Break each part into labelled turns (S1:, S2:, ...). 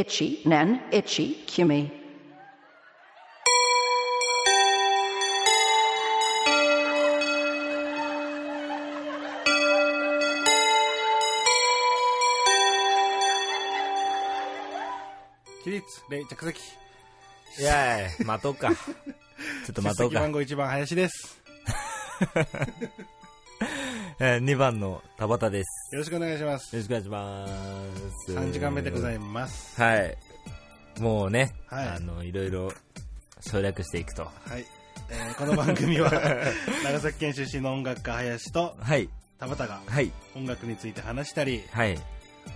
S1: itchy, nen, itchy, kimi.
S2: 起立、礼、着席。
S3: いやい、待とう か。ちょっと待とう
S2: 席
S3: か
S2: 番。号1番、林です。
S3: えー2番の田畑です。
S2: よろしくお願いします。
S3: よろしくお願いします。
S2: 3時間目でございます。
S3: す。はい。もうね、
S2: はい
S3: あの、いろいろ省略していくと。
S2: はい。えーこの番組 は、長崎県出身の音楽家、林と
S3: はい、
S2: 田畑が
S3: はい、
S2: 音楽について話したり、
S3: はい。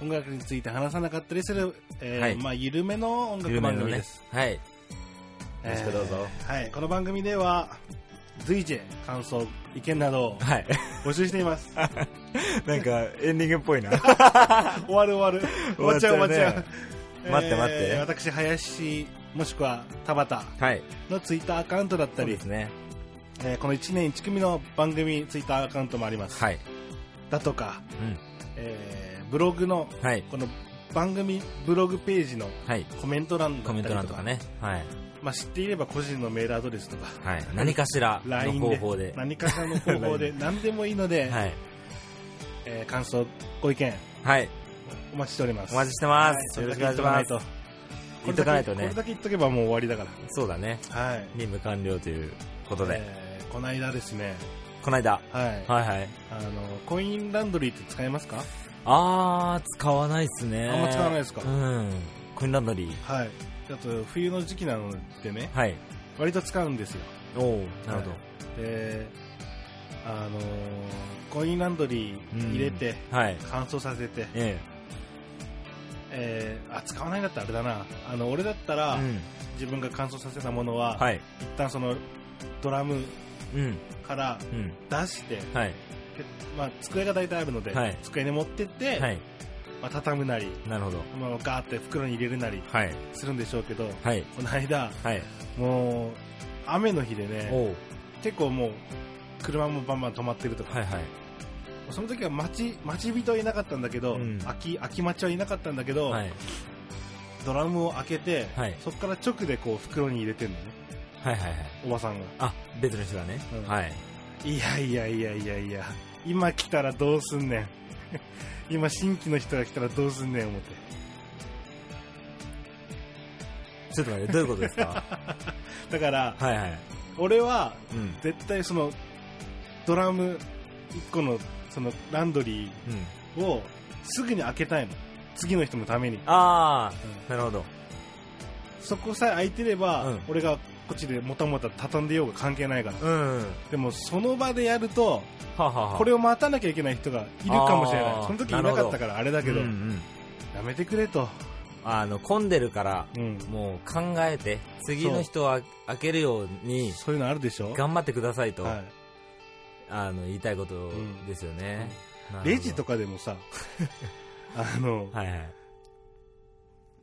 S2: 音楽について話さなかったりする、えー
S3: はい
S2: まあ、緩めの音楽番組です。
S3: はい。
S2: えー
S3: よろしくどうぞ。
S2: はい。この番組では、随時、感想、意見などを
S3: はい。
S2: 募集しています。
S3: なんか、エンディングっぽいな。
S2: 終わる終わる。終
S3: 終
S2: わ
S3: わ
S2: っ
S3: っ
S2: ち
S3: ち
S2: ゃ
S3: ゃ
S2: う終
S3: う
S2: わっちゃう
S3: ね。待って待って
S2: えー私、林、もしくは田畑
S3: はい。
S2: のツイッターアカウントだった
S3: そう
S2: り
S3: で、すね。
S2: えーこの1年1組の番組ツイッターアカウントもあります、
S3: はい。
S2: だとか、
S3: う
S2: えーブログの
S3: ん。はい。
S2: この番組ブログページの
S3: はい。
S2: コメント欄だ
S3: コ
S2: ったりと
S3: メント
S2: か
S3: 欄とかね。はい。
S2: まあ、知っていれば個人のメールアドレスとか
S3: はい。何かしらの
S2: LINE
S3: 方
S2: で
S3: 法で。
S2: 何かしらの方法 で何でもいいので、
S3: はい。
S2: えー感想ご意見
S3: はい。
S2: お待ちしております
S3: お待ちしててます。よろしくお願いします。言っとかないと
S2: こ
S3: ね
S2: れだ。け言っとけばもう終わりだか
S3: そうだね。
S2: らはい
S3: 任務完了ということで。
S2: えーこの間ですね、
S3: この間。
S2: はい
S3: はいはい。
S2: あのコインランドリーって使えますか
S3: あー、使わないっすね。
S2: あんま使わないですか
S3: うん。コインランドリー。
S2: はいちょっと冬の時期なのでね
S3: はい。
S2: 割と使うんですよ
S3: おー、なるほ
S2: はいであのーコインランドリー入れて、
S3: ど。はい。
S2: 乾燥させて、
S3: え
S2: えーあ使わないんだったらあれだなあの俺だった
S3: え。
S2: ら、
S3: うん。
S2: 自分が乾燥させたものは、
S3: はい。
S2: 一旦そのドラム
S3: うん。
S2: から
S3: うん。
S2: 出して、で
S3: はい。
S2: まあ、机が大体あるので、
S3: はい
S2: 机に持ってって、
S3: はい。
S2: まあ、畳むなり、
S3: なるほど。
S2: まあ、ガーって袋に入れるなり
S3: はい。
S2: するんでしょうけど、
S3: はい。
S2: この間
S3: はい。
S2: もう雨の日でね
S3: おー。
S2: 結構もう車もバンバン止まってるとか、
S3: はいはい。
S2: その時は待ち待ち人はいなかったんだけど、
S3: うん
S2: 空き空き待ちはいなかったんだけど、
S3: はい。
S2: ドラムを開けて、
S3: はい
S2: そこから直でこう袋に入れてんのね
S3: はいはいはい。
S2: おばさんが
S3: あ、別の人がね
S2: うん。
S3: はい。
S2: いやいやいやいやいや今来たらどうすんね ん今新規の人が来たらどうすんねん思って
S3: ちょっと待って、どういうことですか
S2: だから
S3: はいはい。
S2: 俺は
S3: うん。
S2: 絶対そのドラム1個のそのランドリ
S3: うん。
S2: ーをすぐに開けたいの次の人のために
S3: あ
S2: う
S3: ー、なるほど。
S2: そこさえ開いてれば、
S3: うん
S2: 俺がこっちでもたもた畳んでようが関係ないから
S3: うん。は
S2: でもその場でやると
S3: あはあはあ
S2: これを待たなきゃいけない人がいるかもしれな
S3: あ
S2: い
S3: ー
S2: その時いなかったからあれだけど
S3: うんうん
S2: やめてくれと、
S3: あの混んでるから
S2: うん、
S3: もう考えて次の人は開けるように
S2: そういうのあるでしょ、
S3: 頑張ってくださいと、
S2: は
S3: あの言いたいことですよね、
S2: い、レジと
S3: か
S2: かでも さあの、
S3: はいはい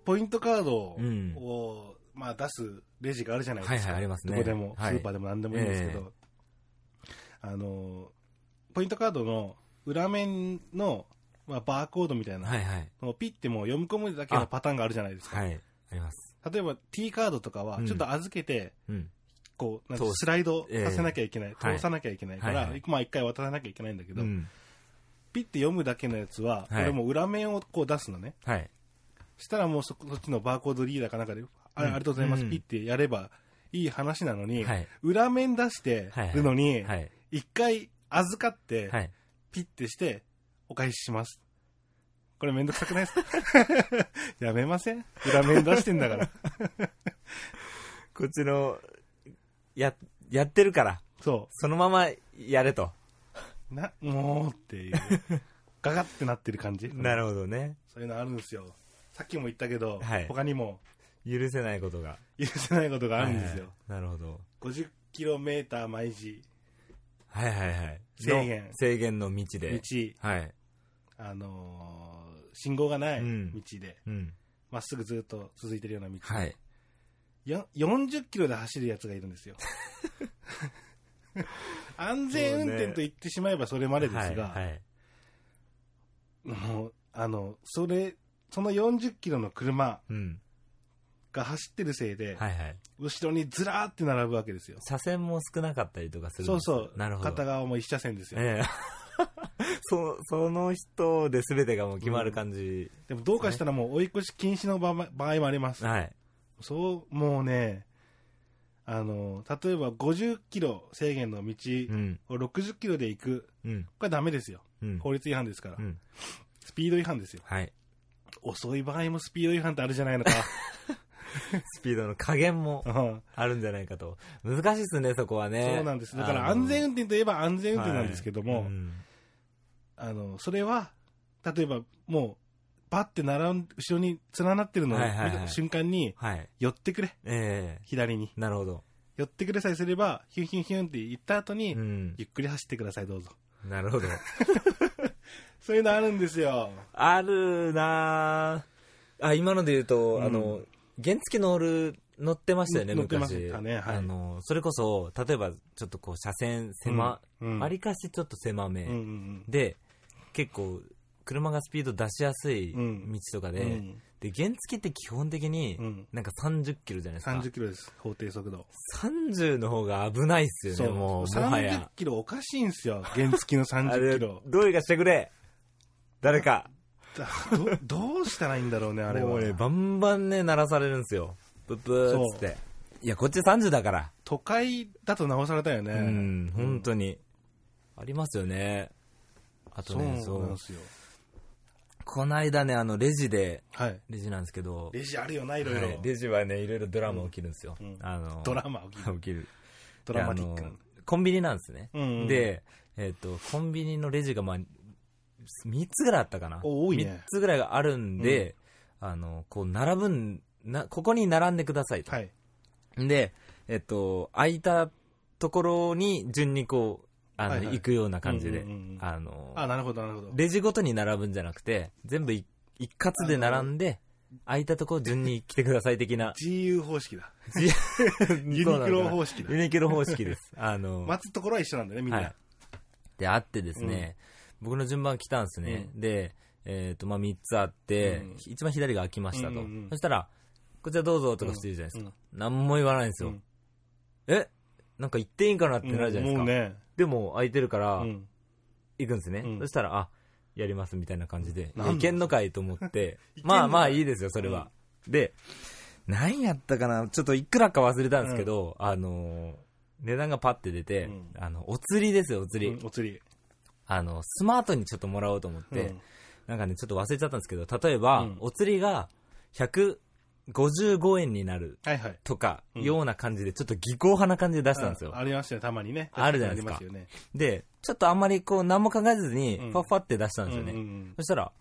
S2: ポイントカードを、
S3: うん
S2: まあ、出すレジがあるじゃないですか、
S3: はいはいありますね
S2: どこでも、
S3: はい
S2: スーパーでも何でもいいんですけど、
S3: え
S2: あのポイントカードの裏面の、まあ、バーコードみたいな
S3: はいはい
S2: のをピッてもう読み込むだけのパターンがあるじゃないですか、
S3: はいあります
S2: 例えば T カードとかは
S3: うん
S2: ちょっと預けて、
S3: うん
S2: こうなんか
S3: 通す
S2: スライド
S3: ええ
S2: させなきゃいけない、
S3: はい
S2: 通さなきゃいけないから、
S3: はいはい
S2: まあ、一回渡さなきゃいけないんだけど、
S3: うん
S2: ピッて読むだけのやつは、
S3: はい
S2: 俺も裏面をこう出すのね
S3: はい
S2: したらもうそそっちのバーコードリーダーかなんかで、あれありがとうございます、
S3: うん
S2: ピッてやればいい話なのに、
S3: はい
S2: 裏面出して
S3: はいはい
S2: るのに、
S3: はい
S2: 一回預かって、
S3: はい
S2: ピッてして、お返しします。これめんどくさくないですか やめません裏面出してんだから。
S3: こっちのややってるから
S2: そ
S3: そのままやれと
S2: う。な、もうって いう。ガガってなってる感じ。
S3: なるほどね
S2: そういうのあるんですよ。さっきも言ったけど、
S3: はい
S2: 他にも
S3: 許せないことが
S2: 許せないことがあるんですよ。
S3: はいはいなるほど
S2: 50km 毎時、
S3: はいはいはい
S2: 制限
S3: の制限の道で
S2: 道、
S3: はい
S2: あのー信号がない
S3: うん
S2: 道で、
S3: うん
S2: まっすぐずっと続いてるような道、
S3: はい
S2: よ40キロで走るやつがいるんです よ。安全運転と言ってしまえばそれまでですが、
S3: はいはい
S2: もうあのそれその40キロの車
S3: うん。
S2: が走ってるせいで、
S3: はいはい。
S2: 後ろにずらーって並ぶわけですよ。
S3: 車線も少なかったりとかするん
S2: そ
S3: で
S2: う
S3: すよ
S2: そう。
S3: なるほど。
S2: 片側も一車線ですよ。
S3: ええ そその人で全てがもう決まる感じ、
S2: でもどうかしたらもう追い越し禁止の場合場合もあります。
S3: はい
S2: そう、もうね、あの、例えば50キロ制限の道
S3: うん
S2: を60キロで行く。
S3: うん
S2: これはダメですよ。
S3: うん
S2: 法律違反ですから
S3: う。ん
S2: スピード違反ですよ。
S3: はい
S2: 遅い場合もスピード違反ってあるじゃない のか。
S3: スピードの加減も
S2: うん
S3: あるんじゃないかと難しいですねそこはね
S2: そうなんです。だから
S3: あの
S2: 安全運転といえば安全運転なんですけども、
S3: はいうん
S2: あの、それは、例えばもう、バッて並ん、後ろに連なってるのを見
S3: はいはいは
S2: た
S3: い
S2: 瞬間に、
S3: はい
S2: 寄ってくれ、
S3: ええ
S2: 左に。
S3: なるほど
S2: 寄ってくれさえすれば、ヒュンヒュンヒュンって言った後に、
S3: うん
S2: ゆっくり走ってください、どうぞ。
S3: なるほど
S2: そういうのあるんですよ。
S3: あるなああ今ので言うと、
S2: うん
S3: あの原付乗る乗ってましたよね
S2: 乗ってま
S3: 昔
S2: したねはい
S3: あのそれこそ例えばちょっとこう車線狭、
S2: うん
S3: ありかしちょっと狭め、
S2: うんうん
S3: で結構車がスピード出しやすい
S2: うん
S3: 道とか
S2: うん。
S3: で,、
S2: うん
S3: で原付って基本的に
S2: うん
S3: なんか30キロじゃないですか
S2: 30キロです、法定速度。
S3: 30の方が危ないっすよねもうもは
S2: 30
S3: や
S2: キロおかしいんですよ、原付きの
S3: あ
S2: 30
S3: れ
S2: キ ロ。
S3: どうにかしてくれ誰か
S2: だ どどうしたらいいんだろうね、あれ
S3: も
S2: は
S3: う。ねバンバンね鳴らされるんですよブッブーっつっていやこっち30だから、
S2: 都会だと直されたよね。
S3: うん本当に、ありますよねあと
S2: そう
S3: ね
S2: な
S3: そうん
S2: ですよ。
S3: こないだねあのレジで
S2: はい。
S3: レジなんですけど
S2: レジあるよな、いろい
S3: は
S2: ろ。
S3: い、レジはねいろいろドラマ起きるんですよ、
S2: うん
S3: あの
S2: ドラマ起きる
S3: 起きる
S2: ドラマティック
S3: で
S2: な
S3: あのコンビニなんですね、
S2: うんうん
S3: で、えっとコンビニのレジが、まあ、3つぐらいあったかな
S2: お多いね
S3: 3つぐらいがあるんで、あのこう並ぶんなここに並んでくださいと、
S2: はい。
S3: で、えっと空いたところに順にこうあの、
S2: はいはい
S3: 行くような感じで、
S2: うんうんうんうん
S3: あの
S2: あ、なるほど、なるほど。
S3: レジごとに並ぶんじゃなくて全部い一括で並んで空いたとこ順に来てください的 な
S2: GU 方式だ。
S3: ユ
S2: ユニクロ方式だ
S3: ユニクロ方 式です。あの、
S2: 待つところは一緒なんだね、みん
S3: は。。
S2: ない
S3: で、あってですね、僕の順番来たんですね。で、えっ、と、まあ、3つあって、
S2: うん
S3: 一番左が開きました
S2: う
S3: と。
S2: んうんうん
S3: そしたら、こちらどうぞとかしてるじゃないですか。何も言わないんですよ。
S2: うん
S3: えなんか行っていいんかなってなるじゃないですか。
S2: もうね。
S3: でも、空いてるから、
S2: うん
S3: 行くんですね、
S2: うん
S3: そしたら、あ、やりますみたいな感じで、
S2: なんだ
S3: いけんのかいと思 って、
S2: いけんのかい
S3: まあまあいいですよ、それは。で、何やったかな、ちょっといくらか忘れたんですけど、あのー値段がパッて出て、
S2: うん
S3: あの、お釣りですよ、お釣り。
S2: うんお釣り。
S3: あの、スマートにちょっともらおうと思って、
S2: うん
S3: なんかね、ちょっと忘れちゃったんですけど、例えば、
S2: うん
S3: お釣りが155円になる
S2: はいはい。
S3: とか、
S2: うん
S3: ような感じで、ちょっと技巧派な感じで出したんですよ
S2: あ。ありましたよ、たまにね。
S3: あるじゃないですか
S2: ありますよね。
S3: で、ちょっとあんまりこう、何も考えずに
S2: うん、
S3: パッパって出したんですよね。
S2: うんうん
S3: そしたら、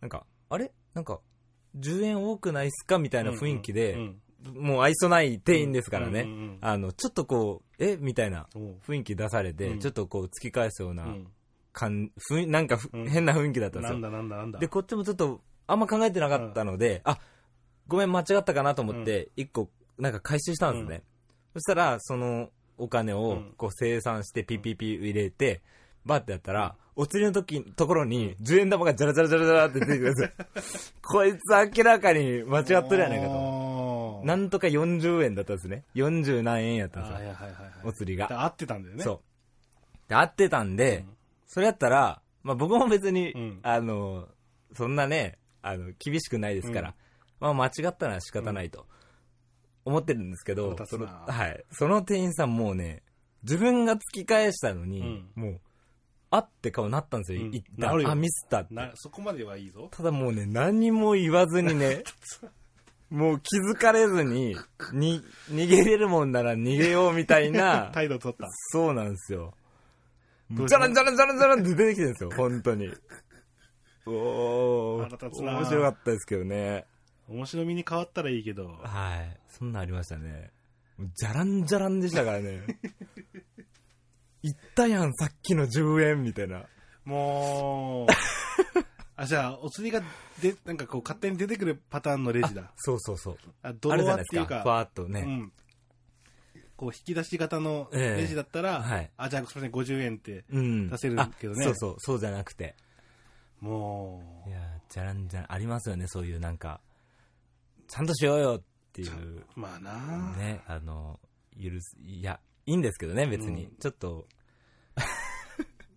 S3: なんか、あれなんか、10円多くないっすかみたいな
S2: うん
S3: 雰囲気で、
S2: うん
S3: もう愛想ない店員ですからね、
S2: うんうんうん
S3: あの、ちょっとこう、えみたいな
S2: おう
S3: 雰囲気出されて、
S2: うん
S3: ちょっとこう、突き返すよう
S2: う
S3: な、
S2: ん
S3: 感雰囲なんかふ、
S2: うん
S3: 変な雰囲気だったんです
S2: な
S3: よ
S2: ん。だなんだなんだ。
S3: で、こっちもちょっと、あんま考えてなかったので、あ、ごめん、間違ったかなと思って、一個、なんか回収したんですね。そしたら、その、お金
S2: う
S3: を
S2: ん、
S3: こう、生産して、ピッピッピッ入れて、バーってやったら、お釣りの時、ところに、10円玉がジャラジャラジャラジャラって出てくるん ですよ。こいつ明らかに間違っとるやないかと。
S2: と
S3: なんんとか40円だったんですね。40何円やったんです
S2: はい
S3: よ。
S2: はいはいはい。
S3: お釣りが
S2: だから合ってたんだよね。
S3: そう。で、会ってたんで、それやったら、まあ僕も別に、
S2: うん
S3: あの、そんなね、あの、厳しくないですから、まあ間違ったら仕方ないと、思ってるんですけど、
S2: 腹立
S3: そ
S2: つ
S3: の、
S2: な
S3: はい。その店員さんもうね、自分が突き返したのに、もう、あって顔なったんですよ、
S2: うん
S3: 一
S2: なる
S3: 旦。
S2: よ
S3: あ、ミスったって。
S2: な、そこまではいいぞ。
S3: ただもうね、何も言わずにね、もう気づかれずに、に、逃げれるもんなら逃げようみたいな、
S2: 態度取った。
S3: そうなんですよ。
S2: どうし
S3: じ
S2: た
S3: ゃらんじゃらんじゃらんじゃらんって出てきてるんで すよ、本当に。お
S2: 腹立つ
S3: ー、
S2: な
S3: 面白かったですけどね。
S2: 面白みに変わったらいいけど。
S3: はい。そんなんありましたね。じゃらんじゃらんでしたからね。言ったやん、さっきの10円みたいな。
S2: も う。あ、じゃあ、お釣りが、で、なんかこう、勝手に出てくるパターンのレジだ。
S3: そうそうそう。
S2: あ、
S3: あ
S2: ド
S3: る
S2: ロ
S3: じゃ
S2: ワ
S3: な
S2: っ
S3: いで
S2: てい
S3: す
S2: う
S3: か。
S2: か、
S3: ふわーっとね。
S2: うん。こう、引き出し型の
S3: ええ
S2: レジだったら、
S3: はい
S2: あ、じゃあ、すみません、50円って。
S3: うん
S2: 出せるけどね
S3: あそうそう、そうじゃなくて。
S2: も、
S3: いやーじゃらんじゃらんありますよねそういうなんかちゃんとしようよっていう
S2: まあな
S3: うねあの許すいやいいんですけどね別に、
S2: うん
S3: ちょっと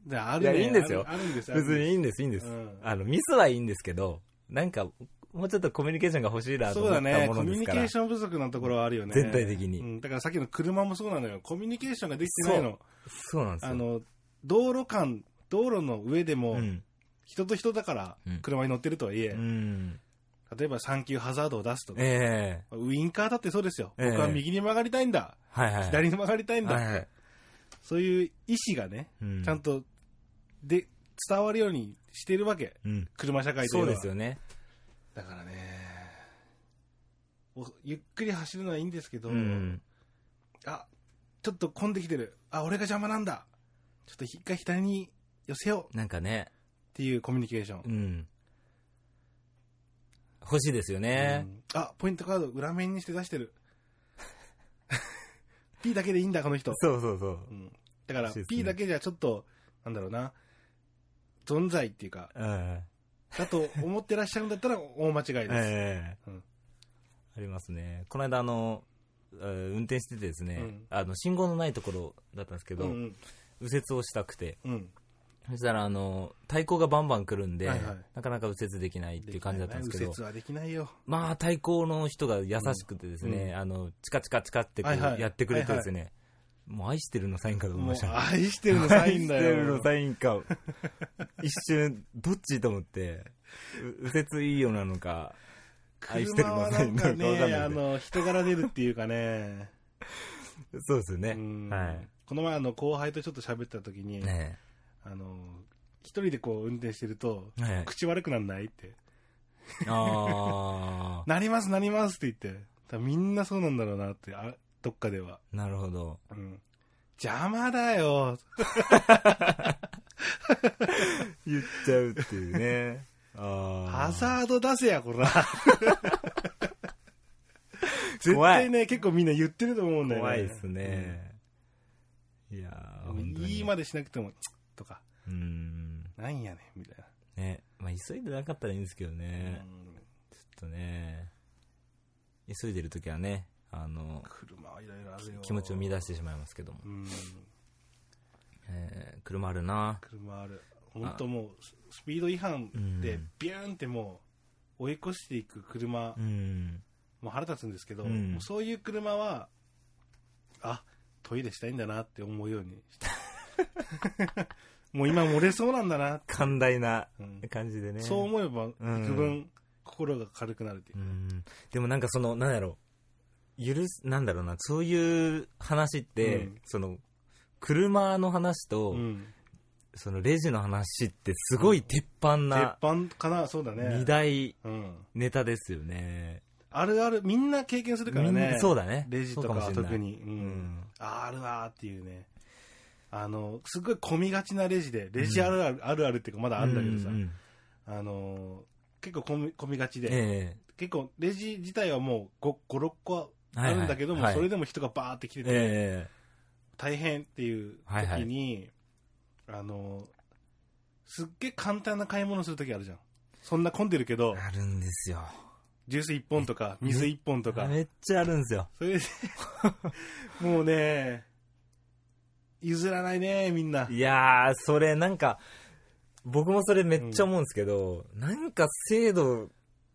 S2: であ
S3: いやいいんですよ
S2: あるあるんですあるん
S3: 別
S2: で
S3: にいいんですいいんです、
S2: うん
S3: あのミスはいいんですけどなんかもうちょっとコミュニケーションが欲しいな
S2: す
S3: と
S2: そ
S3: 思
S2: う
S3: った
S2: だね
S3: も
S2: コ
S3: の
S2: ミ
S3: で
S2: ュ
S3: す
S2: ニケ
S3: から
S2: ーション不足なところはあるよね
S3: 全体的に
S2: うんだからさっきの車もそうなのよコミュニケーションができてないの
S3: そうなんですよ
S2: あの道路間道路の上でも、
S3: うん
S2: 人と人だから
S3: うん
S2: 車に乗ってるとはいえ、
S3: うん
S2: 例えばサンキューハザードを出すとか、
S3: ええ
S2: ウインカーだってそうですよ、
S3: ええ
S2: 僕は右に曲がりたいんだ、
S3: はいはい
S2: 左に曲がりたいんだ、
S3: はいはい
S2: そういう意思がね、
S3: うん
S2: ちゃんとで伝わるようにしてるわけ、
S3: うん
S2: 車社会とい
S3: そうう
S2: の
S3: で
S2: は
S3: すよね
S2: だからねおゆっくり走るのはいいんですけど、
S3: うん
S2: あちょっと混んできてる、あ俺が邪魔なんだ、ちょっと一回左に寄せようっ
S3: なんかね
S2: ていうコミュニケーション。
S3: うん欲しいですよね、
S2: うんあポイントカード裏面にして出してる P だけでいいんだこの人、
S3: そうそうそう
S2: うん、だから
S3: そうですね
S2: P だけじゃちょっとなんだろうな存在っていうか
S3: うん
S2: だと思ってらっしゃるんだったら大間違いです、
S3: ええ
S2: うん
S3: ありますね。この間、あの、えー運転しててですね、
S2: うん
S3: あの、信号のないところだったんですけど、
S2: うんうん
S3: 右折をしたくて、
S2: うん
S3: そしたら、あの、対向がバンバン来るんで、
S2: はいはい
S3: なかなか右折できないっていう感じだったんですけ
S2: で
S3: ど
S2: き、ないな右折はできないよ
S3: まあ、対向の人が優しくてです
S2: う
S3: ね、
S2: ん
S3: あの、チカチカチカってこ
S2: はいは
S3: う
S2: い
S3: やってくれてですね、もう愛してるのサインかと思い
S2: も
S3: ま
S2: う
S3: したね。
S2: 愛してるのサインだよ
S3: 愛してるのサインか。一瞬、どっちと思って、う右折いいよなのか、愛してる
S2: 車は
S3: の
S2: な
S3: サイン
S2: ん
S3: な
S2: か
S3: のかわかんない
S2: ね
S3: けど
S2: あの人柄出るっていうかね、
S3: そうですよ ね。
S2: うん
S3: はい。
S2: この前あの後輩とちょっと喋った時に、
S3: ね
S2: あの一人でこう運転してると
S3: え。はい。
S2: 口悪くなんないって
S3: あ
S2: なりますなりますって言って多分みんなそうなんだろうなってあどっかでは、
S3: あ、 なるほど。
S2: うん、邪魔だよ
S3: 言っちゃうっていう ね。あ
S2: ハザード出せや こら絶
S3: 怖い
S2: 対ね結構みんな言ってると思うんだよね
S3: 怖いですね。いやー、
S2: うん
S3: 本当
S2: 言い
S3: に。
S2: までしなくてもつっとか
S3: うん。
S2: なんやねんみたい
S3: ね。まあ、急いでなかったらいいんですけど
S2: な、
S3: ね。
S2: うん
S3: ちょっとね。急いでるときはね、あの、
S2: 車はいろいろあるよ
S3: 気持ちを乱してしまいますけども。
S2: うん
S3: えー車あるな。
S2: 車ある本当もうススピード違反
S3: う
S2: で
S3: ん
S2: ビューンってもう追い越していく車、
S3: うん。
S2: もう腹立つんですけど、
S3: うん
S2: もうそういう車はあトイレしたいんだなって思うようにして もう今漏れそうなんだな、
S3: 寛大な
S2: うん
S3: 感じでね。
S2: そう思えば
S3: ん
S2: 幾分心が軽くなるっていうう、
S3: んでもなんかその、なんだろう、許す、なんだろうな、そういう話って、
S2: うん
S3: その、車の話と、
S2: うん
S3: そのレジの話ってすごい鉄板な、
S2: 鉄板かなそうだね
S3: 二大
S2: うん、
S3: ネタですよね。
S2: あるあるみんな経験するから
S3: みん
S2: ね
S3: なそうだね。
S2: レジと
S3: そう
S2: か
S3: も
S2: は
S3: しれない
S2: 特。に、うん
S3: うん
S2: あるわーっていうねあのすごい混みがちなレジでレジあるある,、あるあるっていうかまだあるんだけどさ、
S3: ううん
S2: あの結構混み混みがちで、
S3: え
S2: 結構レジ自体はもう56個はあるんだけども、
S3: はいはい
S2: それでも人がバーって来て
S3: え
S2: て、
S3: え
S2: 大変っていう
S3: はいは
S2: 時に、あのすっげえ簡単な買い物する時あるじゃんそんな混んでるけど
S3: えあるんですよ。
S2: ジュース1本とか水1本とか
S3: めっちゃあるんですよ。
S2: それで もうね譲らないねみんない
S3: やー、それなんか、僕もそれめっちゃ思うんですけど、なんか制度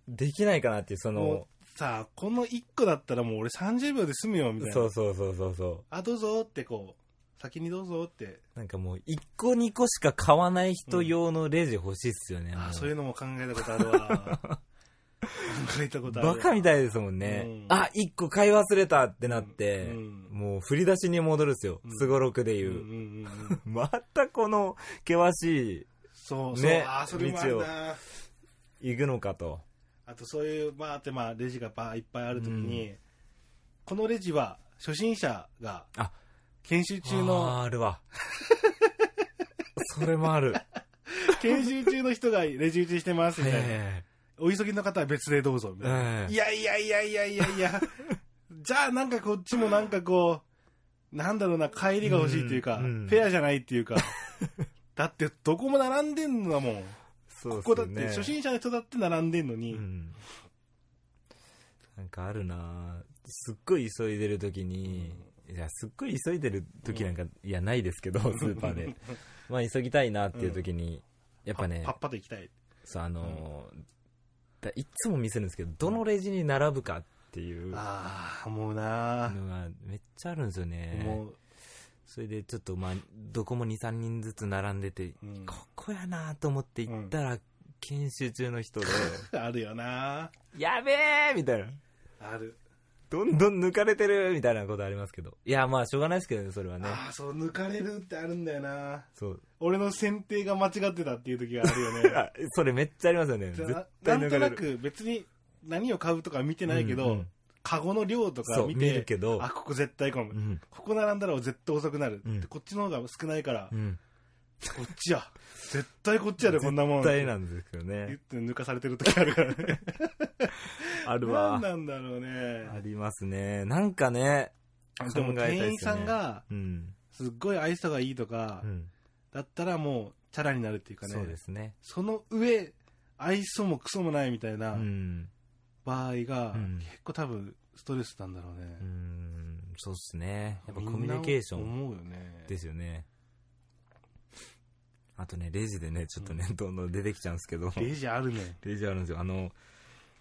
S3: できないかなっていう、そ
S2: もう
S3: の、
S2: さあこの1個だったらもう俺30秒で済むよみたい
S3: そ
S2: な
S3: うそうそうそうそう。
S2: あどうぞってこう先にどうぞって
S3: なんかもう、1個2個しか買わない人用のレジ欲しいっすよね。も
S2: あそういうのも考えたことあるわ 考えたことあるわ
S3: バカみたいですもんね。
S2: うん
S3: あ、1個買い忘れたってなって、
S2: うん
S3: もう振り出しに戻るっすよ
S2: う。ん
S3: すごろくで言
S2: う
S3: う。
S2: んうんうんうん
S3: またこの険し
S2: そうそう、
S3: ね
S2: ああそれもある
S3: 道を
S2: な
S3: はい、行くのかと。
S2: あとそういうバーってまあレジがバーいっぱいあるときに、このレジは初心者が
S3: あ
S2: 研修中の
S3: あーあるわ。 それもある。
S2: 研修中の人がレジ打ちしてます みたいな、
S3: え
S2: お急ぎの方は別でどうぞみ
S3: え
S2: たいな、いやいやいやいやいやいや じゃあなんかこっちもなんかこうなんだろうな帰りが欲しいっていうか、
S3: うんうん
S2: フェアじゃないっていうかだってどこも並んでんのだもん
S3: そうっすね
S2: ここだって初心者の人だって並んでんのに、
S3: うんなんかあるなぁすっごい急いでる時に、いや、すっごい急いでる時なんか、いや、ないですけど、スーパーで。まあ、急ぎたいなっていう時に、やっぱね
S2: パッ、パと行きたい。
S3: そう、あのーだいつも見せるんですけど、どのレジに並ぶかっていうの
S2: ああ、思うなー
S3: がめっちゃあるんですよ
S2: 思
S3: ね。
S2: う。
S3: それで、ちょっとまあ、どこも2、3人ずつ並んでて、
S2: うん
S3: ここやなぁと思って行ったら、研修中の人で、
S2: あるよな
S3: やべえみたいな。
S2: ーある。
S3: どんどん抜かれてるみたいなことありますけど。いや、まあ、しょうがないですけどね、それはね。
S2: ああ、そう、抜かれるってあるんだよな
S3: そう。
S2: 俺の選定が間違ってたっていう時がある よね。
S3: あそれめっちゃありますよね。絶対
S2: な
S3: 抜
S2: んと
S3: かれ
S2: な
S3: る。
S2: く別に何を買うとかは見てないけど、
S3: うんうん
S2: カゴの量とか
S3: そう
S2: 見て
S3: 見るけど
S2: あここ絶対混む、
S3: うん
S2: ここ並んだら絶対遅くなる、
S3: うん
S2: でこっちの方が少ないから、
S3: うん。
S2: こっちや絶対こっちやでこんなもん
S3: 絶対なんですけど
S2: 言っ
S3: ね。
S2: て抜かされてる時あるからね
S3: ある
S2: 何
S3: わ。
S2: なんだろうね
S3: ありますね。なんかね、
S2: でも
S3: 考えたいっすよね
S2: 店員さんが
S3: うん。
S2: すっごい愛想がいいとか、
S3: うん。
S2: だったらもうチャラになるっていうかね
S3: そうですね。。
S2: その上愛想もクソもないみたいうなん場合が、
S3: うん
S2: 結構多分ストレスなんだろうね、
S3: うん。そうっすね。やっぱ
S2: みんな
S3: コミュニケーション
S2: 思うよね
S3: ですよね。あとね、レジでね、ちょっとね、どんどん出てきちゃうんですけど。
S2: レジあるね
S3: レジあるんですよ。あの、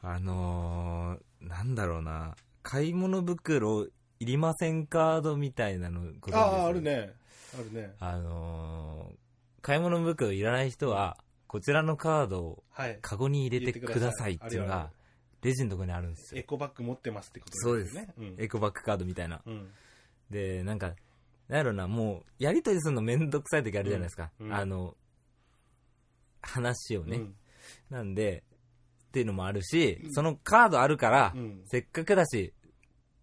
S3: あのーなんだろうな、買い物袋いりませんカードみたいなのご存知です
S2: ああある。ねあるね
S3: あのー買い物袋いらない人は、こちらのカードを
S2: はい
S3: カゴに入れてください
S2: 入れてください
S3: っていうの
S2: あるあ
S3: が
S2: る、
S3: レジのとこにあるんです
S2: エ
S3: よ。
S2: コバッグ持ってますってこと
S3: そうです
S2: ね
S3: ね、
S2: うん
S3: エコバッグカードみたいな。
S2: うん
S3: で、なんか、なんやろな、もう、やりとりするのめんどくさい時あるじゃないですか。
S2: うんうん
S3: あの、話をね。
S2: うん
S3: なんで、っていうのもあるし、そのカードあるから、
S2: うん
S3: せっかくだし、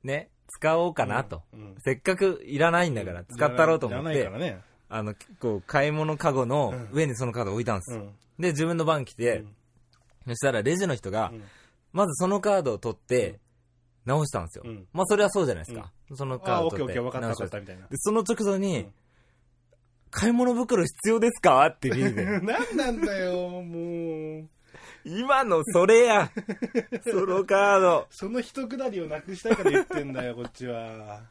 S3: ね、使おうかなと。
S2: うん
S3: せっかくいらないんだから、使ったろうと思っ
S2: いら
S3: て
S2: な、いからね
S3: あの、結構、買い物カゴの上にそのカード置いたんです。
S2: うん
S3: で、自分の番来て、
S2: うん
S3: そしたらレジの人が、
S2: うん
S3: まずそのカードを取って、直したんですよ。
S2: うん
S3: まあ、それはそうじゃないですか。その
S2: あ
S3: カー
S2: あ
S3: ド
S2: オ
S3: を
S2: ッケー
S3: 取
S2: オッ
S3: っ
S2: ケ
S3: て。
S2: ー分かった
S3: 直
S2: 分か
S3: したん
S2: っ
S3: です
S2: たみたいな
S3: で、その直後に、
S2: うん
S3: 買い物袋必要ですかって聞いて。
S2: 何なんだよもう
S3: 今のそれやそのカード
S2: その一くだりをなくしたいから言ってんだ よこっちは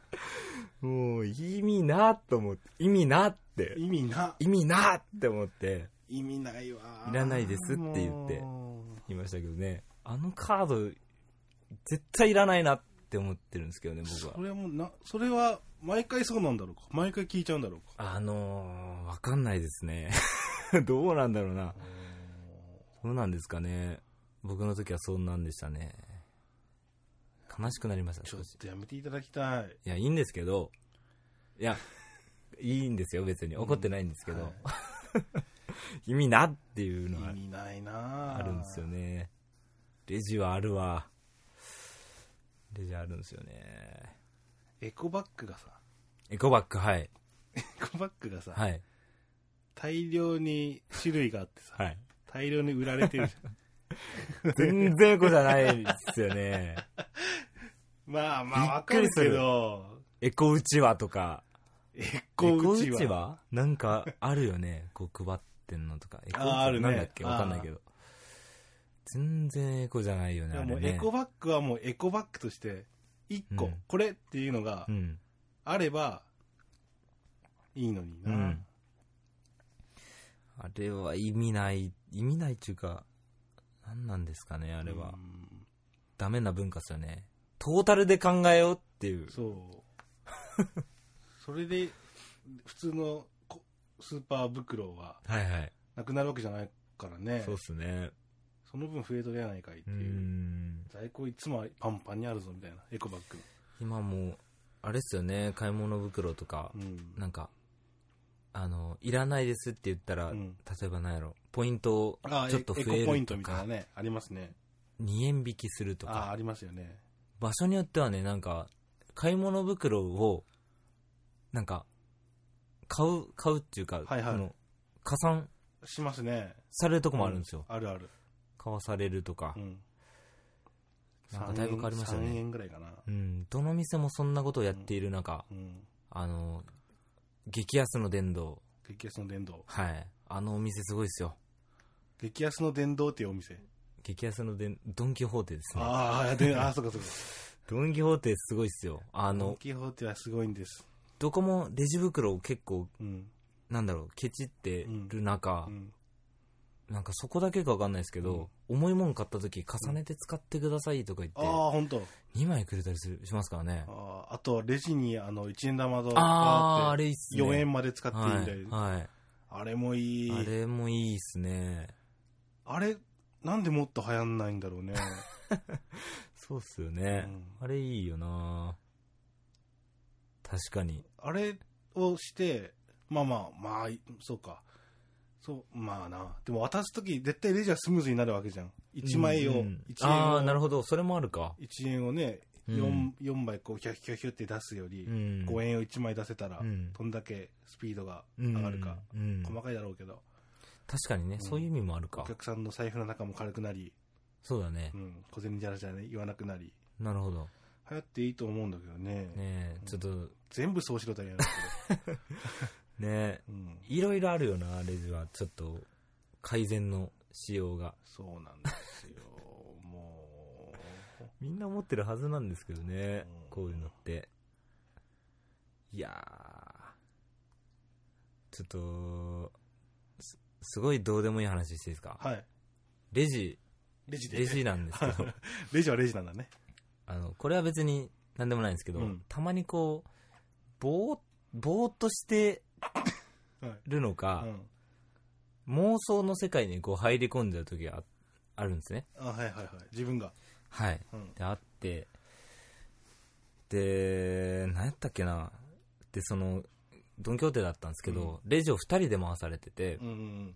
S3: もう意味なと思って意味なって
S2: 意味な
S3: 意味なって思って
S2: 意味ないわ
S3: いらないですって言って
S2: もう
S3: 言いましたけどねあのカード絶対いらないなって思ってるんですけどね僕
S2: そ
S3: は
S2: れはもうなそれは毎回そうなんだろうか毎回聞いちゃうんだろうか
S3: あのー、わかんないですね どうなんだろうなそうなんですかね僕の時はそんなんでしたね悲しくなりました
S2: ちょ
S3: 少
S2: っ
S3: し
S2: とやめていただきたい
S3: いや、いいんですけど、いや、いいんですよ、別に。怒ってないんですけど。
S2: は
S3: 意味なっていうのは
S2: 意味ないな
S3: あるんですよね。レジはあるわ。レジあるんですよね。
S2: エコバッグ がさ
S3: エコバッグ、はい。
S2: エコバッグがさ、
S3: はい。
S2: 大量に種類があってさ
S3: はい。
S2: 大量に売られてるじゃ ん
S3: 全然エコじゃないです よね。
S2: まあまあわ
S3: び
S2: か
S3: っく
S2: る
S3: りす
S2: け
S3: る
S2: ど
S3: エコうちわとか。
S2: エコうち
S3: エ
S2: は
S3: コなんかあるよね。こう配ってんのとか。エコうちわ
S2: あーあるね
S3: なんだっけわかんないけど。全然エコじゃないよね、
S2: で
S3: あ
S2: も
S3: れ
S2: もう
S3: ね。
S2: エコバッグはもうエコバッグとして1個、
S3: うん
S2: これっていうのが
S3: うん。
S2: あればいいのに
S3: う
S2: な、
S3: ん。あれは意味ない、意味ないっていうか、何なんですかね、あ
S2: あ
S3: れは。ダメな文化ですよね。トータルで考えようっていう。
S2: そう それで普通のこスーパー袋は
S3: はいはい。
S2: なくなるわけじゃないからね
S3: そうっすね。
S2: その分増えとるやないかいって
S3: う
S2: いう、
S3: ん。
S2: 在庫いつもパンパンにあるぞみたいなエコバッグ
S3: 今もう、あれっすよね、買い物袋とか
S2: う、ん
S3: なんか、あの、いらないですって言ったら、
S2: うん
S3: 例えば何やろ、ポイントを
S2: あ
S3: ちょっと
S2: エ
S3: 増
S2: エコ
S3: え
S2: ポイ
S3: る
S2: ント
S3: と
S2: みたいな
S3: か、
S2: ねありますね
S3: 2円引きすると
S2: ああ
S3: か、
S2: ありますよね
S3: 場所によってはね、なんか、買い物袋を、なんか、買う、買うっていうか、
S2: はいはい
S3: あの、加算
S2: しますね
S3: されるとこもあるんですよ。
S2: あるある、
S3: 買わされるとか
S2: う。ん、
S3: なんかだいぶ変わりました
S2: 3
S3: ね。
S2: 円ぐらいかな
S3: うん、どの店もそんなことをやっている中、
S2: うん
S3: あの、激安の殿堂。
S2: 激安の電動
S3: はい。あのお店すごいですよ。
S2: 激安の殿堂っていうお店。
S3: 激安のでんドン・キホーテですね。
S2: ああ、で、ああ、そうかそうか。
S3: ドン・キホーテすごいっすよ。あ
S2: ドン
S3: の、
S2: キホーテはすごいんです。
S3: どこもレジ袋を結構、
S2: うん。
S3: なんだろう、ケチってる中
S2: う、ん。
S3: なんかそこだけかわかんないですけど、重いもん買った時重ねて使ってくださいとか言っ
S2: ああ
S3: て、、
S2: 本当。
S3: 2枚くれたりするしますからね。
S2: あああと、レジに、あの、一円玉と、
S3: ああ、あ
S2: れ
S3: れいいっすね。
S2: 4円まで使っていいみ
S3: は
S2: たい
S3: い。
S2: な。
S3: はい。
S2: あれもいい。
S3: あれもいいっすね。
S2: あれ、なんでもっと流行んないんだろうね。
S3: そうっすよ
S2: う
S3: ね。
S2: ん
S3: あれいいよな確かに。
S2: あれをして、まあまあ、まあ、そうか。そう、まあな。でも渡すとき、絶対レジはスムーズになるわけじゃん。1枚を、
S3: う
S2: 一
S3: んうん
S2: 1
S3: ああ、な
S2: 円
S3: る
S2: を、
S3: ほど。それもあるか。
S2: 一円をね、
S3: うん
S2: 四四枚こう、ヒャヒャヒャって出すより、
S3: うん。
S2: 5円を1枚出せたら、
S3: うん
S2: どんだけスピードが上がるか。
S3: うんうん
S2: 細かいだろうけど、
S3: 確かにね、
S2: ん
S3: そういう意味もある
S2: お
S3: か。
S2: 客さんの財布の中も軽くなり、
S3: そうだね
S2: う。ん、小銭じゃらじゃらね、言わなくなり、
S3: なるほど。
S2: 流行っていいと思うんだけどね。
S3: ね
S2: うん
S3: ちょっと、
S2: 全部そうしろとは言わない
S3: ね
S2: けど。うん
S3: いろいろあるよな、レジは。ちょっと、改善の仕様が。
S2: そうなんですよ。もう。
S3: みんな持ってるはずなんですけどね
S2: うん、
S3: こういうのって。いやー、ちょっと、すすごいどうでもいい話していいですか。
S2: はい。
S3: レジ、
S2: レジで。
S3: レジなんですけど、
S2: レジはレジなんだね。
S3: あの、これは別に何でもないんですけど、
S2: うん
S3: たまにこう、ぼー、ぼーっとして
S2: はい。
S3: るの
S2: う
S3: か、
S2: ん。
S3: 妄想の世界にこう入り込んじゃう時がああるんですね。
S2: あ、はいはいはい。自分が。
S3: はい。
S2: うん。
S3: で、あって、で、何やったっけな。で、その、ドンキョーテだったんですけど、レジを2人で回されてて、
S2: うんうん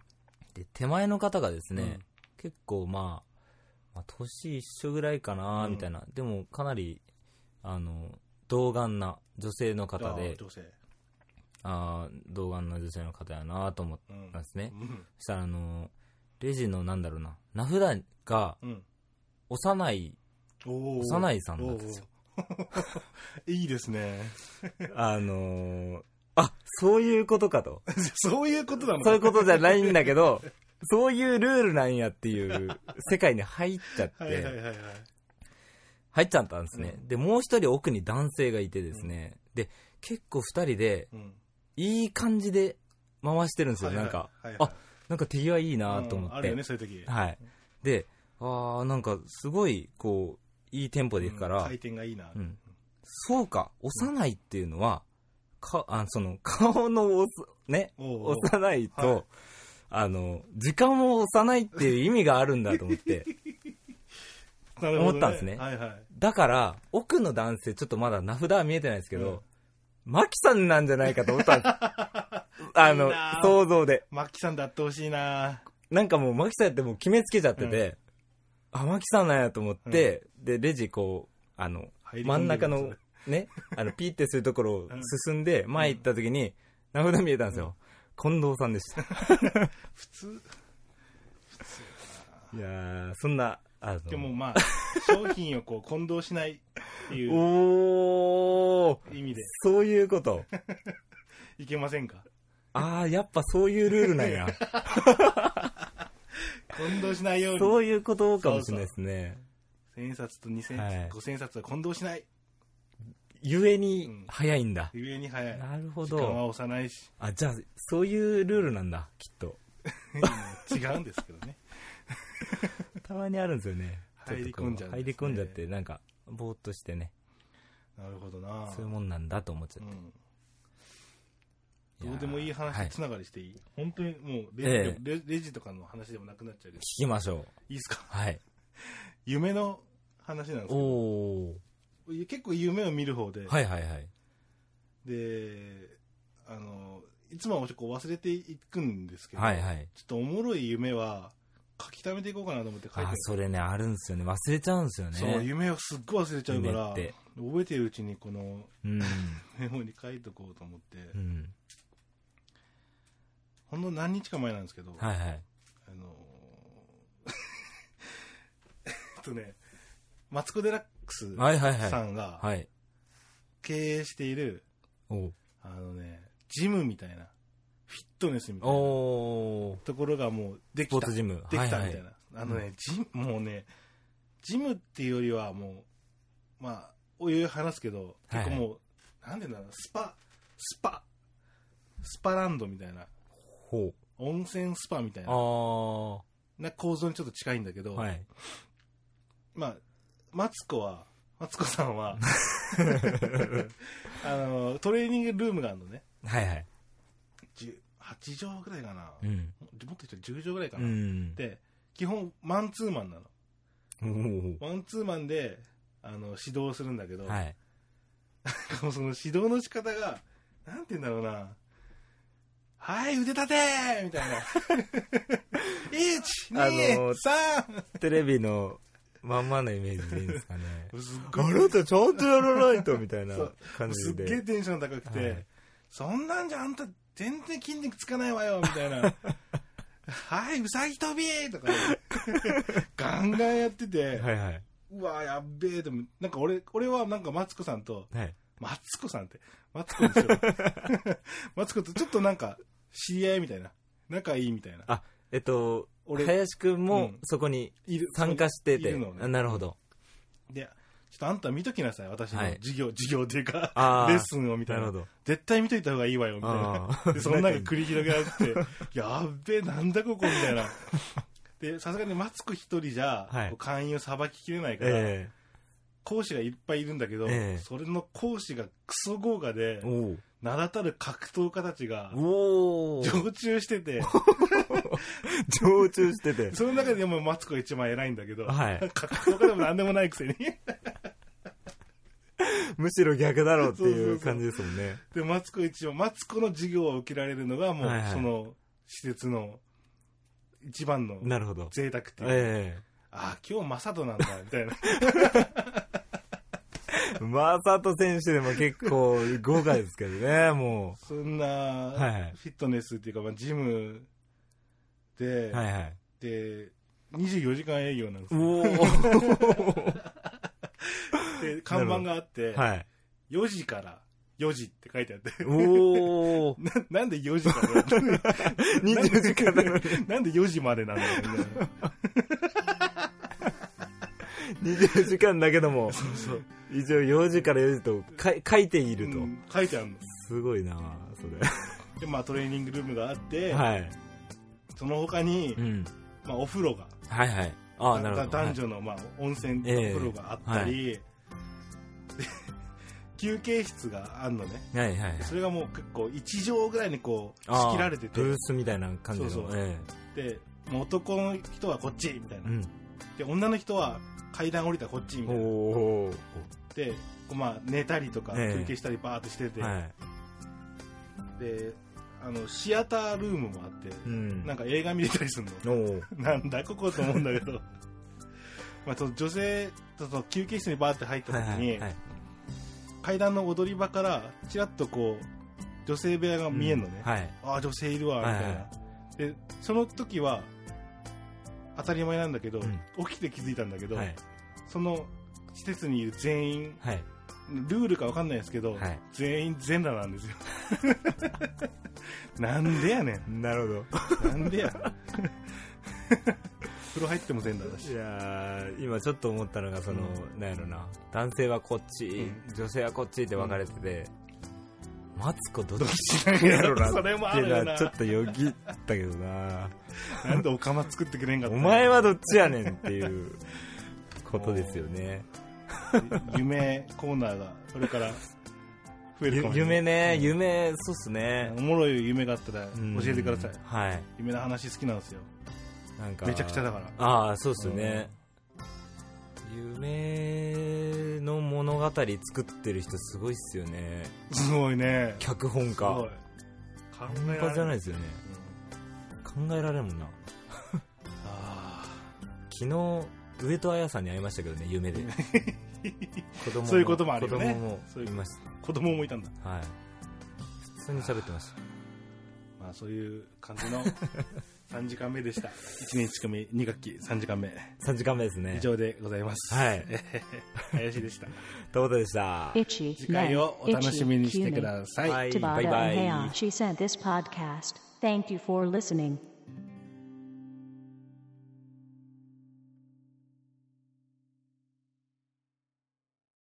S3: で、手前の方がですね、
S2: うん
S3: 結構まあ、まあ、年一緒ぐらいかな、
S2: うん
S3: みたいな。でも、かなり、あの、童顔な女性の
S2: うん。
S3: 方
S2: あ
S3: で、
S2: 女性。
S3: ああー、童顔な女性の方やなと思っ
S2: うん
S3: たんですね。
S2: うん。
S3: そしたら、あの、レジのなんだろうな、名札が
S2: うん。
S3: 幼い、
S2: おー
S3: 幼いさんなんですよ。
S2: おー いいですね。
S3: あのーあ、そういうことかと。
S2: そういうことなの
S3: そういうことじゃないんだけど、そういうルールなんやっていう世界に入っちゃっ
S2: はいはい
S3: て、
S2: はいはい。
S3: 入っちゃったんですね。で、もう一人奥に男性がいてですね、で、結構二人で、
S2: うん。
S3: いい感じで回してるんですよ、
S2: はいはい
S3: なんか。
S2: はいはい
S3: あ、なんか手際いいなと思
S2: うんある
S3: って。
S2: よね、そういう時。
S3: はい。で、あー、なんかすごい、こう、いいテンポでいくから、
S2: 回転がいいな。
S3: うんそうか、幼いっていうのは、か、あその、顔のおす、ね、
S2: おー
S3: 幼いと、
S2: はい
S3: あの、時間も幼いっていう意味があるんだと思って。
S2: なるほど
S3: 思ったんですね
S2: はいはい。
S3: だから、奥の男性、ちょっとまだ名札は見えてないですけ
S2: うん
S3: ど、マキさんなんじゃないかと思った んです。あ
S2: い
S3: の
S2: いな、ぁ
S3: 想像で。
S2: マッキーさんであってほしいな
S3: なんかもう、マキさんってもう決めつけちゃってて、あ、マキさんなんやと思って、で、レジこう、あの、
S2: 入り込んでる
S3: 真ん中
S2: そ
S3: の
S2: れ、
S3: ね、あの、ピーってするところを進んで、前行った時に、名札見えたんですよ。近藤さんでした。
S2: 普通。
S3: いやー、そんな、あの、
S2: でもま あ、商品をこう混同しないっていう
S3: おー、
S2: 意味で
S3: そういうこと。
S2: いけませんか
S3: あー、やっぱそういうルールなん や。
S2: 混同しないように。
S3: そういうことかもしれないですね。
S2: 1000冊と2000、
S3: はい
S2: 5000冊は混同しない。
S3: ゆえに、早いんだ。
S2: ゆえに早い。
S3: なるほ
S2: 時間は
S3: ど。
S2: 幼いし、
S3: あ、じゃあ、そういうルールなんだ、きっと。
S2: 違うんですけどね。
S3: たまにあるんですよね。
S2: 入り込んじゃうんですね
S3: 入り込んじゃって、なんか、ぼーっとしてね、
S2: なるほどな
S3: そういうもんなんだと思っちゃっ
S2: うん
S3: て。
S2: どうでもいい
S3: やーは
S2: 話
S3: い
S2: つながりしていい、本当にもうレジ
S3: え、
S2: レレジとかの話でもなくなっちゃうけど、
S3: 聞きましょう。
S2: いいですか
S3: はい。
S2: 夢の話なんですけ
S3: お
S2: ど、
S3: ー。
S2: 結構夢を見る方で、
S3: はいはいはい。
S2: で、あの、いつもはこう忘れていくんですけど、
S3: はいはい。
S2: ちょっとおもろい夢は書き溜めていこうかなと思って書いて
S3: あ、
S2: る
S3: それね、あるんですよね。忘れちゃうんですよね。
S2: そう、夢をすっごい忘れちゃうから、
S3: 夢って
S2: 覚えてるうちにこの
S3: うん。
S2: メモに書いとこうと思って、
S3: うん。
S2: ほんの何日か前なんですけど、
S3: はいはい。
S2: あのー えっとね、マツコ・デラックス
S3: はいはいはい。
S2: さんが
S3: はい。
S2: 経営している、
S3: おう
S2: あのね、ジムみたいな、フィットネスみたいな
S3: おー
S2: ところがもうできた
S3: スポーツジム
S2: できた
S3: はいはい
S2: みたいな、あのねジムもうねジムっていうよりはもうまあお湯話すけど
S3: はいはい
S2: 結構もう、なんでだろうスパスパスパランドみたいな
S3: ほう
S2: 温泉スパみたい
S3: あ
S2: な
S3: あは
S2: な構造にちょっと近いんだけど、
S3: い
S2: まあマツコはマツコさん はあのトレーニングルームがあるのね
S3: はいはい
S2: 10 8畳ぐらいかな、
S3: うん
S2: もっと言っちゃ10畳ぐらいか
S3: う
S2: な、
S3: ん
S2: で基本マンツーマンなの
S3: おー
S2: マンツーマンであの指導するんだけど、
S3: はい
S2: もう その指導の仕方がなんて言うんだろうなはい腕立てーみた いな123、
S3: あのー
S2: 三
S3: テレビのまんまのイメージでいいんですかね
S2: すっ
S3: あ
S2: ごい
S3: なたちゃんとやらないとみたいな感
S2: す
S3: じ
S2: っげえ
S3: で
S2: テンション高くて、
S3: はい
S2: そんなんじゃあんた全然筋肉つかないわよみたい なはいウサギ跳びーとかねガンガンやってて、
S3: はいはいはいう
S2: わやっべえでもなんか俺俺はなんかマツコさんとマツコさんって、マツコでしょ。マツコとちょっとなんか、知り合いみたいな。仲いいみたいな。
S3: あえっと
S2: 俺
S3: 林くん
S2: う
S3: も
S2: ん
S3: そこに
S2: いる
S3: 参加して
S2: い
S3: て
S2: るのね
S3: あなるほど
S2: で、ちょっとあんた見ときなさい、私の
S3: はい
S2: 授業、授業っていうか
S3: あ、ー
S2: レッスンをみたい
S3: なる
S2: な
S3: ほ。ど
S2: 絶対見といた方がいいわよ、みたい
S3: あ
S2: な。
S3: ー
S2: で、その中繰り広げられてて、 やっべえ、なんだここ、みたいな。で、さすがにマツコ一人じゃ、
S3: はい
S2: こう会員をさばききれないから、
S3: え
S2: 講師がいっぱいいるんだけど、
S3: ええ
S2: それの講師がクソ豪華で
S3: え、おー
S2: 名だたる格闘家たちが、
S3: おお
S2: 常駐してて、
S3: 常駐して て
S2: その中でもマツコが一番偉いんだけど、
S3: はい
S2: 格闘家でも何でもないくせに。
S3: むしろ逆だろうっていう感じですもんね
S2: で、マツコ一応、マツコの授業を受けられるのが、もう、
S3: はいはい
S2: その施設の一番の
S3: なるほど
S2: 贅沢っていう。
S3: え
S2: ああ、今日マサトなんだ、みたいな。
S3: えマサト選手でも結構豪華ですけどねも
S2: そんな、
S3: いはい
S2: フィットネスっていうか、まあ、ジムで、
S3: うはいはい
S2: で、24時間営業なんですよ
S3: おお
S2: で、看板があって、
S3: はい
S2: 4時から4時って書いてあって、
S3: おお
S2: ななんで4時からだ ろう
S3: 20時間なのに
S2: なんで4時までなんだろう みたいな。
S3: 20時間だけども
S2: そう
S3: 一応4時から4時とか書いていると、
S2: うん書いてあるの
S3: すごいなそ
S2: で、まあ、トレーニングルームがあって、
S3: れはい、
S2: その他に、
S3: うん、
S2: まあ、お風呂が
S3: はいはいああなるほ
S2: だ
S3: ど
S2: 男女の、まあ、温泉
S3: ええ
S2: お風呂があったり、で休憩室があるのね
S3: はいはいはい
S2: それがもう結構1畳ぐらいにこう
S3: ああ
S2: 仕切られてて
S3: ブースみたいな感じの
S2: そうそう
S3: え
S2: でもう男の人はこっちみたい
S3: え
S2: な、で女の人は階段降りたらこっちみ
S3: う
S2: たい
S3: ん
S2: な
S3: おお
S2: で、こうまあ、寝たりとか
S3: ええ
S2: 休憩したりバーってしてて、
S3: はい
S2: であのシアタールームもあって、
S3: うん
S2: なんか映画見れたりするの
S3: おお
S2: なんだここと思うんだけ ど、まあ、その女性とその休憩室にバーって入った時に、階段の踊り場からちらっとこう女性部屋が見えるのね、
S3: はい
S2: ああ女性いるわみたいな、
S3: はいは
S2: でその時は当たり前なんだけど、
S3: う
S2: 起きて気づいたんだけど、
S3: はい
S2: その施設にいる全員
S3: はい
S2: ルールか分かんないですけど、
S3: はい
S2: 全員全裸なんですよ なんでやね
S3: なるほど
S2: んなんでや 風呂入っても全裸だし
S3: いやー今ちょっと思ったのがその、なんやろな男性はこっち、
S2: う
S3: 女性はこっちって分かれてて、マツコどっち
S2: なん
S3: やろな
S2: それもあるよ
S3: っていうのは
S2: な
S3: ちょっとよぎったけどな
S2: なんでお釜作ってくれんかった
S3: お
S2: の
S3: 前はどっちやねんっていうことですよね
S2: 夢コーナーがこれから増える
S3: ゆ
S2: かもしれない
S3: 夢ね、夢そうっすね、
S2: おもろい夢があったら
S3: うん
S2: 教えてください
S3: はい
S2: 夢の話好きなんですよ
S3: なんか
S2: めちゃくちゃだから
S3: ああそうっすよね、夢の物語作ってる人すごいっすよね
S2: すごいね
S3: 脚本
S2: すごい
S3: 家
S2: 考
S3: 半
S2: えら
S3: 端じゃ
S2: れ
S3: な
S2: ないい
S3: ですよね
S2: うん
S3: 考えられんもんな
S2: あ
S3: 昨日上戸彩さんに会いましたけどね 夢で子供
S2: そういうこともあるよね
S3: 子供もいまし
S2: ー子供もいたんだ
S3: たはい普通に喋ってまし
S2: ままあ、そういう感じの 3時間目でした。1年1組、2学期3時間目。
S3: 3時間目ですね
S2: 以。上でございます。
S3: はい。
S2: 林でした。
S3: ということでした。
S4: Itchy,
S2: 次回
S4: Len,
S2: をお楽し
S4: Itchy,
S2: みにしてく
S4: Kumi,
S2: ださい。
S3: はい、バイ
S4: Tabata,
S3: バ
S4: and
S3: イ
S4: Heon.。She sent this podcast. Thank you for listening.